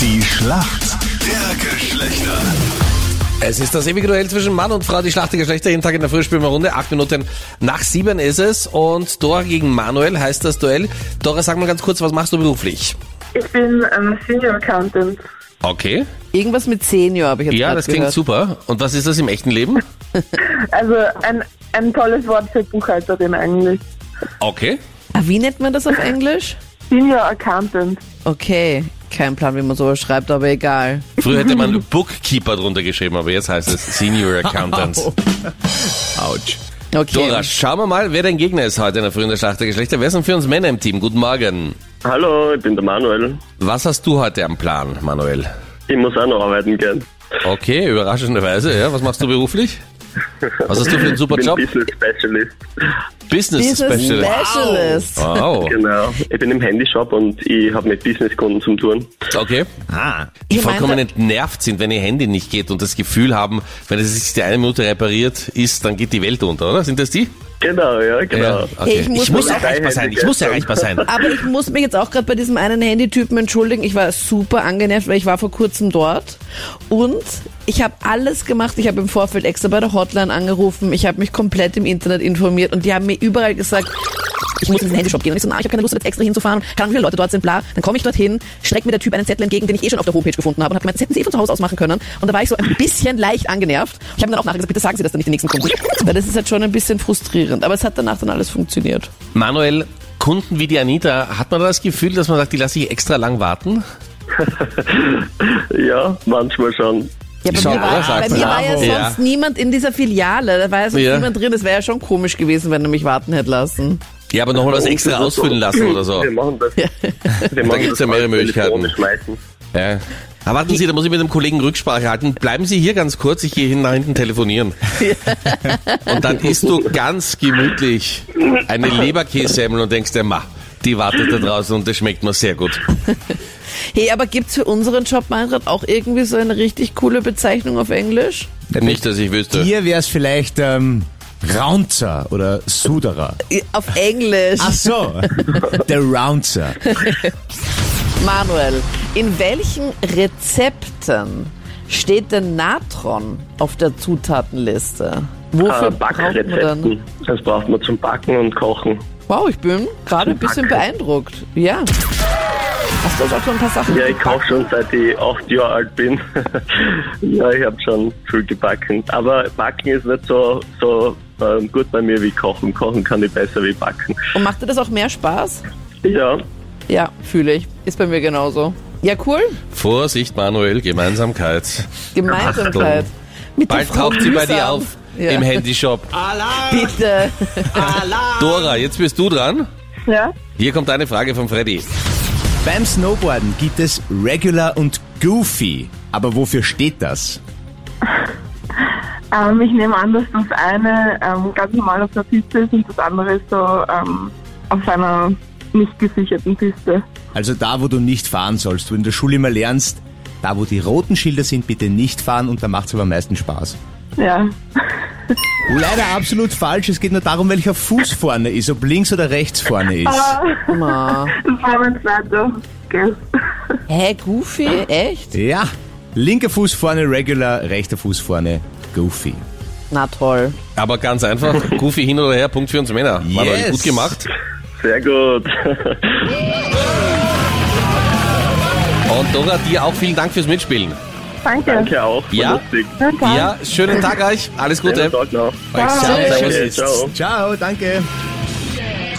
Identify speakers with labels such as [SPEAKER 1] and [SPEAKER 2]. [SPEAKER 1] Die Schlacht der Geschlechter.
[SPEAKER 2] Es ist das ewige Duell zwischen Mann und Frau, die Schlacht der Geschlechter. Jeden Tag in der Früh spielen wir Runde. Acht Minuten nach sieben ist es. Und Dora gegen Manuel heißt das Duell. Dora, sag mal ganz kurz, was machst du beruflich?
[SPEAKER 3] Ich bin ähm, Senior Accountant.
[SPEAKER 2] Okay.
[SPEAKER 4] Irgendwas mit Senior habe ich jetzt
[SPEAKER 2] Ja,
[SPEAKER 4] grad
[SPEAKER 2] das klingt
[SPEAKER 4] gehört.
[SPEAKER 2] super. Und was ist das im echten Leben?
[SPEAKER 3] Also ein, ein tolles Wort für Buchhalterin eigentlich.
[SPEAKER 2] Okay.
[SPEAKER 4] Ah, wie nennt man das auf Englisch?
[SPEAKER 3] Senior Accountant.
[SPEAKER 4] Okay, kein Plan, wie man sowas schreibt, aber egal.
[SPEAKER 2] Früher hätte man Bookkeeper drunter geschrieben, aber jetzt heißt es Senior Accountant. Autsch.
[SPEAKER 4] Okay.
[SPEAKER 2] Dora, schauen wir mal, wer dein Gegner ist heute in der frühen Schlacht der Geschlechter. Wer sind für uns Männer im Team? Guten Morgen.
[SPEAKER 5] Hallo, ich bin der Manuel.
[SPEAKER 2] Was hast du heute am Plan, Manuel?
[SPEAKER 5] Ich muss auch noch arbeiten gehen.
[SPEAKER 2] Okay, überraschenderweise, ja. Was machst du beruflich? Was hast du für einen super
[SPEAKER 5] ich bin
[SPEAKER 2] Job?
[SPEAKER 5] Business Specialist.
[SPEAKER 2] Business,
[SPEAKER 4] Business
[SPEAKER 2] Specialist.
[SPEAKER 4] Specialist.
[SPEAKER 2] Wow.
[SPEAKER 5] Genau. Ich bin im Handyshop und ich habe mit Businesskunden zum Tun.
[SPEAKER 2] Okay. Die
[SPEAKER 5] Ah.
[SPEAKER 4] Ich mein,
[SPEAKER 2] vollkommen entnervt sind, wenn ihr Handy nicht geht und das Gefühl haben, wenn es sich die eine Minute repariert ist, dann geht die Welt unter, oder? Sind das die?
[SPEAKER 5] Genau, ja, genau.
[SPEAKER 2] Okay.
[SPEAKER 4] Hey, ich muss- Ah.
[SPEAKER 2] erreichbar sein, ich muss erreichbar sein.
[SPEAKER 4] Aber ich muss mich jetzt auch gerade bei diesem einen Handytypen entschuldigen. Ich war super angenervt, weil ich war vor kurzem dort und ich habe alles gemacht. Ich habe im Vorfeld extra bei der Hotline angerufen. Ich habe mich komplett im Internet informiert und die haben mir überall gesagt, ich muss in den Handyshop gehen. Und ich so, na, ich habe keine Lust, jetzt extra hinzufahren. Keine Ahnung, wie viele Leute dort sind, bla. Dann komme ich dorthin, streckt mir der Typ einen Zettel entgegen, den ich eh schon auf der Homepage gefunden habe und habe gemeint, das hätten sie eh von zu Hause aus machen können. Und da war ich so ein bisschen leicht angenervt. Ich habe dann auch nachher gesagt, bitte sagen Sie das dann nicht den nächsten Kunden. Weil das ist halt schon ein bisschen frustrierend. Aber es hat danach dann alles funktioniert.
[SPEAKER 2] Manuel, Kunden wie die Anita, hat man das Gefühl, dass man sagt, die lasse ich extra lang warten?
[SPEAKER 5] Ja, manchmal schon.
[SPEAKER 4] Ja, bei
[SPEAKER 2] Schau,
[SPEAKER 4] mir,
[SPEAKER 2] oder?
[SPEAKER 4] war, bei
[SPEAKER 2] Sag's.
[SPEAKER 4] mir war ja
[SPEAKER 2] Bravo.
[SPEAKER 4] sonst
[SPEAKER 2] Ja.
[SPEAKER 4] niemand in dieser Filiale. Da war ja sonst
[SPEAKER 2] Ja.
[SPEAKER 4] niemand drin. Es wäre ja schon komisch gewesen, wenn du mich warten hätte lassen.
[SPEAKER 2] Ja, aber nochmal was extra ausfüllen lassen oder so.
[SPEAKER 5] Wir machen das. Wir
[SPEAKER 2] Da
[SPEAKER 5] machen
[SPEAKER 2] gibt's
[SPEAKER 5] das
[SPEAKER 2] ja mehrere
[SPEAKER 5] alles
[SPEAKER 2] Möglichkeiten.
[SPEAKER 5] telefonisch meistens.
[SPEAKER 2] Ja. Aber warten Sie, da muss ich mit dem Kollegen Rücksprache halten. Bleiben Sie hier ganz kurz, ich gehe hin nach hinten telefonieren. Und dann isst du ganz gemütlich eine Leberkässemmel und denkst dir, ma, die wartet da draußen und das schmeckt mir sehr gut.
[SPEAKER 4] Hey, aber gibt's für unseren Job, Meinrad, auch irgendwie so eine richtig coole Bezeichnung auf Englisch?
[SPEAKER 2] Nicht, dass ich wüsste.
[SPEAKER 6] Hier wäre es vielleicht ähm, Raunzer oder Suderer.
[SPEAKER 4] I- Auf Englisch.
[SPEAKER 6] Ach so, der Raunzer.
[SPEAKER 4] Manuel, in welchen Rezepten steht denn Natron auf der Zutatenliste? Wofür
[SPEAKER 5] Äh,
[SPEAKER 4] braucht man dann?
[SPEAKER 5] Backrezepten. Das braucht man zum Backen und Kochen.
[SPEAKER 4] Wow, ich bin gerade ein bisschen beeindruckt. Ja. Hast du uns auch so ein paar Sachen
[SPEAKER 5] Ja, ich kaufe schon seit ich acht Jahre alt bin. ja, ich habe schon viel gebacken. Aber Backen ist nicht so, so ähm, gut bei mir wie Kochen. Kochen kann ich besser wie Backen.
[SPEAKER 4] Und macht dir das auch mehr Spaß?
[SPEAKER 5] Ja,
[SPEAKER 4] Ja, fühle ich. Ist bei mir genauso. Ja, cool.
[SPEAKER 2] Vorsicht, Manuel, Gemeinsamkeit.
[SPEAKER 4] Gemeinsamkeit. Mit der
[SPEAKER 2] Bald
[SPEAKER 4] Frau
[SPEAKER 2] taucht sie bei dir
[SPEAKER 4] Mühsam.
[SPEAKER 2] auf
[SPEAKER 4] Ja.
[SPEAKER 2] im Handyshop.
[SPEAKER 4] Bitte.
[SPEAKER 2] Dora, jetzt bist du dran.
[SPEAKER 3] Ja?
[SPEAKER 2] Hier kommt eine Frage von Freddy.
[SPEAKER 6] Beim Snowboarden gibt es Regular und Goofy. Aber wofür steht das?
[SPEAKER 3] Ähm, ich nehme an, dass das eine ähm, ganz normal auf der Piste ist und das andere ist so ähm, auf einer nicht gesicherten Piste.
[SPEAKER 6] Also da, wo du nicht fahren sollst, wo in der Schule immer lernst, da, wo die roten Schilder sind, bitte nicht fahren und da macht's aber am meisten Spaß.
[SPEAKER 3] Ja.
[SPEAKER 6] Leider absolut falsch. Es geht nur darum, welcher Fuß vorne ist, ob links oder rechts vorne ist.
[SPEAKER 4] Ma.
[SPEAKER 3] Das war mein zweiter Guess.
[SPEAKER 4] Hä, Goofy? Echt?
[SPEAKER 6] Ja, linker Fuß vorne Regular, rechter Fuß vorne Goofy.
[SPEAKER 4] Na toll.
[SPEAKER 2] Aber ganz einfach, Goofy hin oder her, Punkt für uns Männer. Manuel,
[SPEAKER 6] Yes.
[SPEAKER 2] gut gemacht.
[SPEAKER 5] sehr gut.
[SPEAKER 2] Und Dora, dir auch vielen Dank fürs Mitspielen.
[SPEAKER 3] Danke.
[SPEAKER 5] Danke auch. War
[SPEAKER 2] Ja.
[SPEAKER 5] Lustig.
[SPEAKER 3] Danke.
[SPEAKER 2] Ja, schönen Tag euch. Alles Gute.
[SPEAKER 5] Schönen Tag noch.
[SPEAKER 2] Euch
[SPEAKER 3] Ciao.
[SPEAKER 2] Servus.
[SPEAKER 5] Ciao.
[SPEAKER 6] Ciao, danke.